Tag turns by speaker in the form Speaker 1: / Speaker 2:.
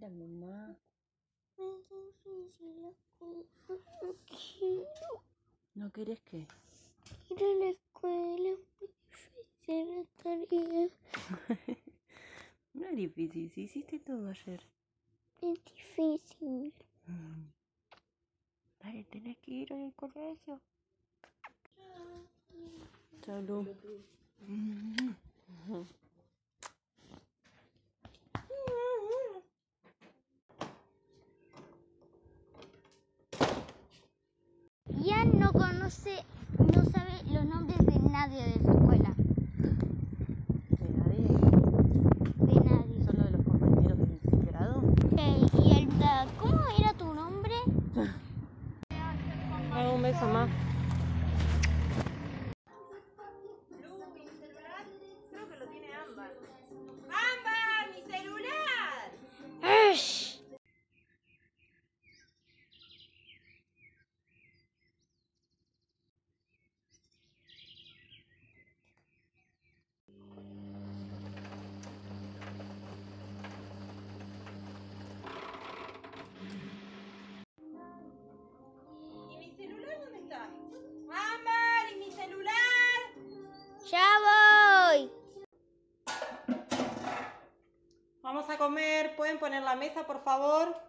Speaker 1: la mamá.
Speaker 2: Me es difícil, la escuela. No quiero
Speaker 1: ¿No querés qué?
Speaker 2: ir a la escuela. Es muy difícil la tarea.
Speaker 1: No es difícil, si hiciste todo ayer.
Speaker 2: Es difícil.
Speaker 1: Mm. Dale, tenés que ir al colegio. Salud.
Speaker 2: Ian no conoce, no sabe los nombres de nadie de su escuela.
Speaker 1: De nadie,
Speaker 2: De nadie.
Speaker 1: solo de los compañeros del grado.
Speaker 2: y el, ¿Cómo era tu nombre?
Speaker 1: Ah, un beso más.
Speaker 3: Creo que lo tiene Ámbar. ¡Ámbar, mi celular! ¿Y mi celular dónde está? ¡Ámbar, y mi celular!
Speaker 2: ¡Ya voy!
Speaker 3: Vamos a comer, ¿pueden poner la mesa, por favor?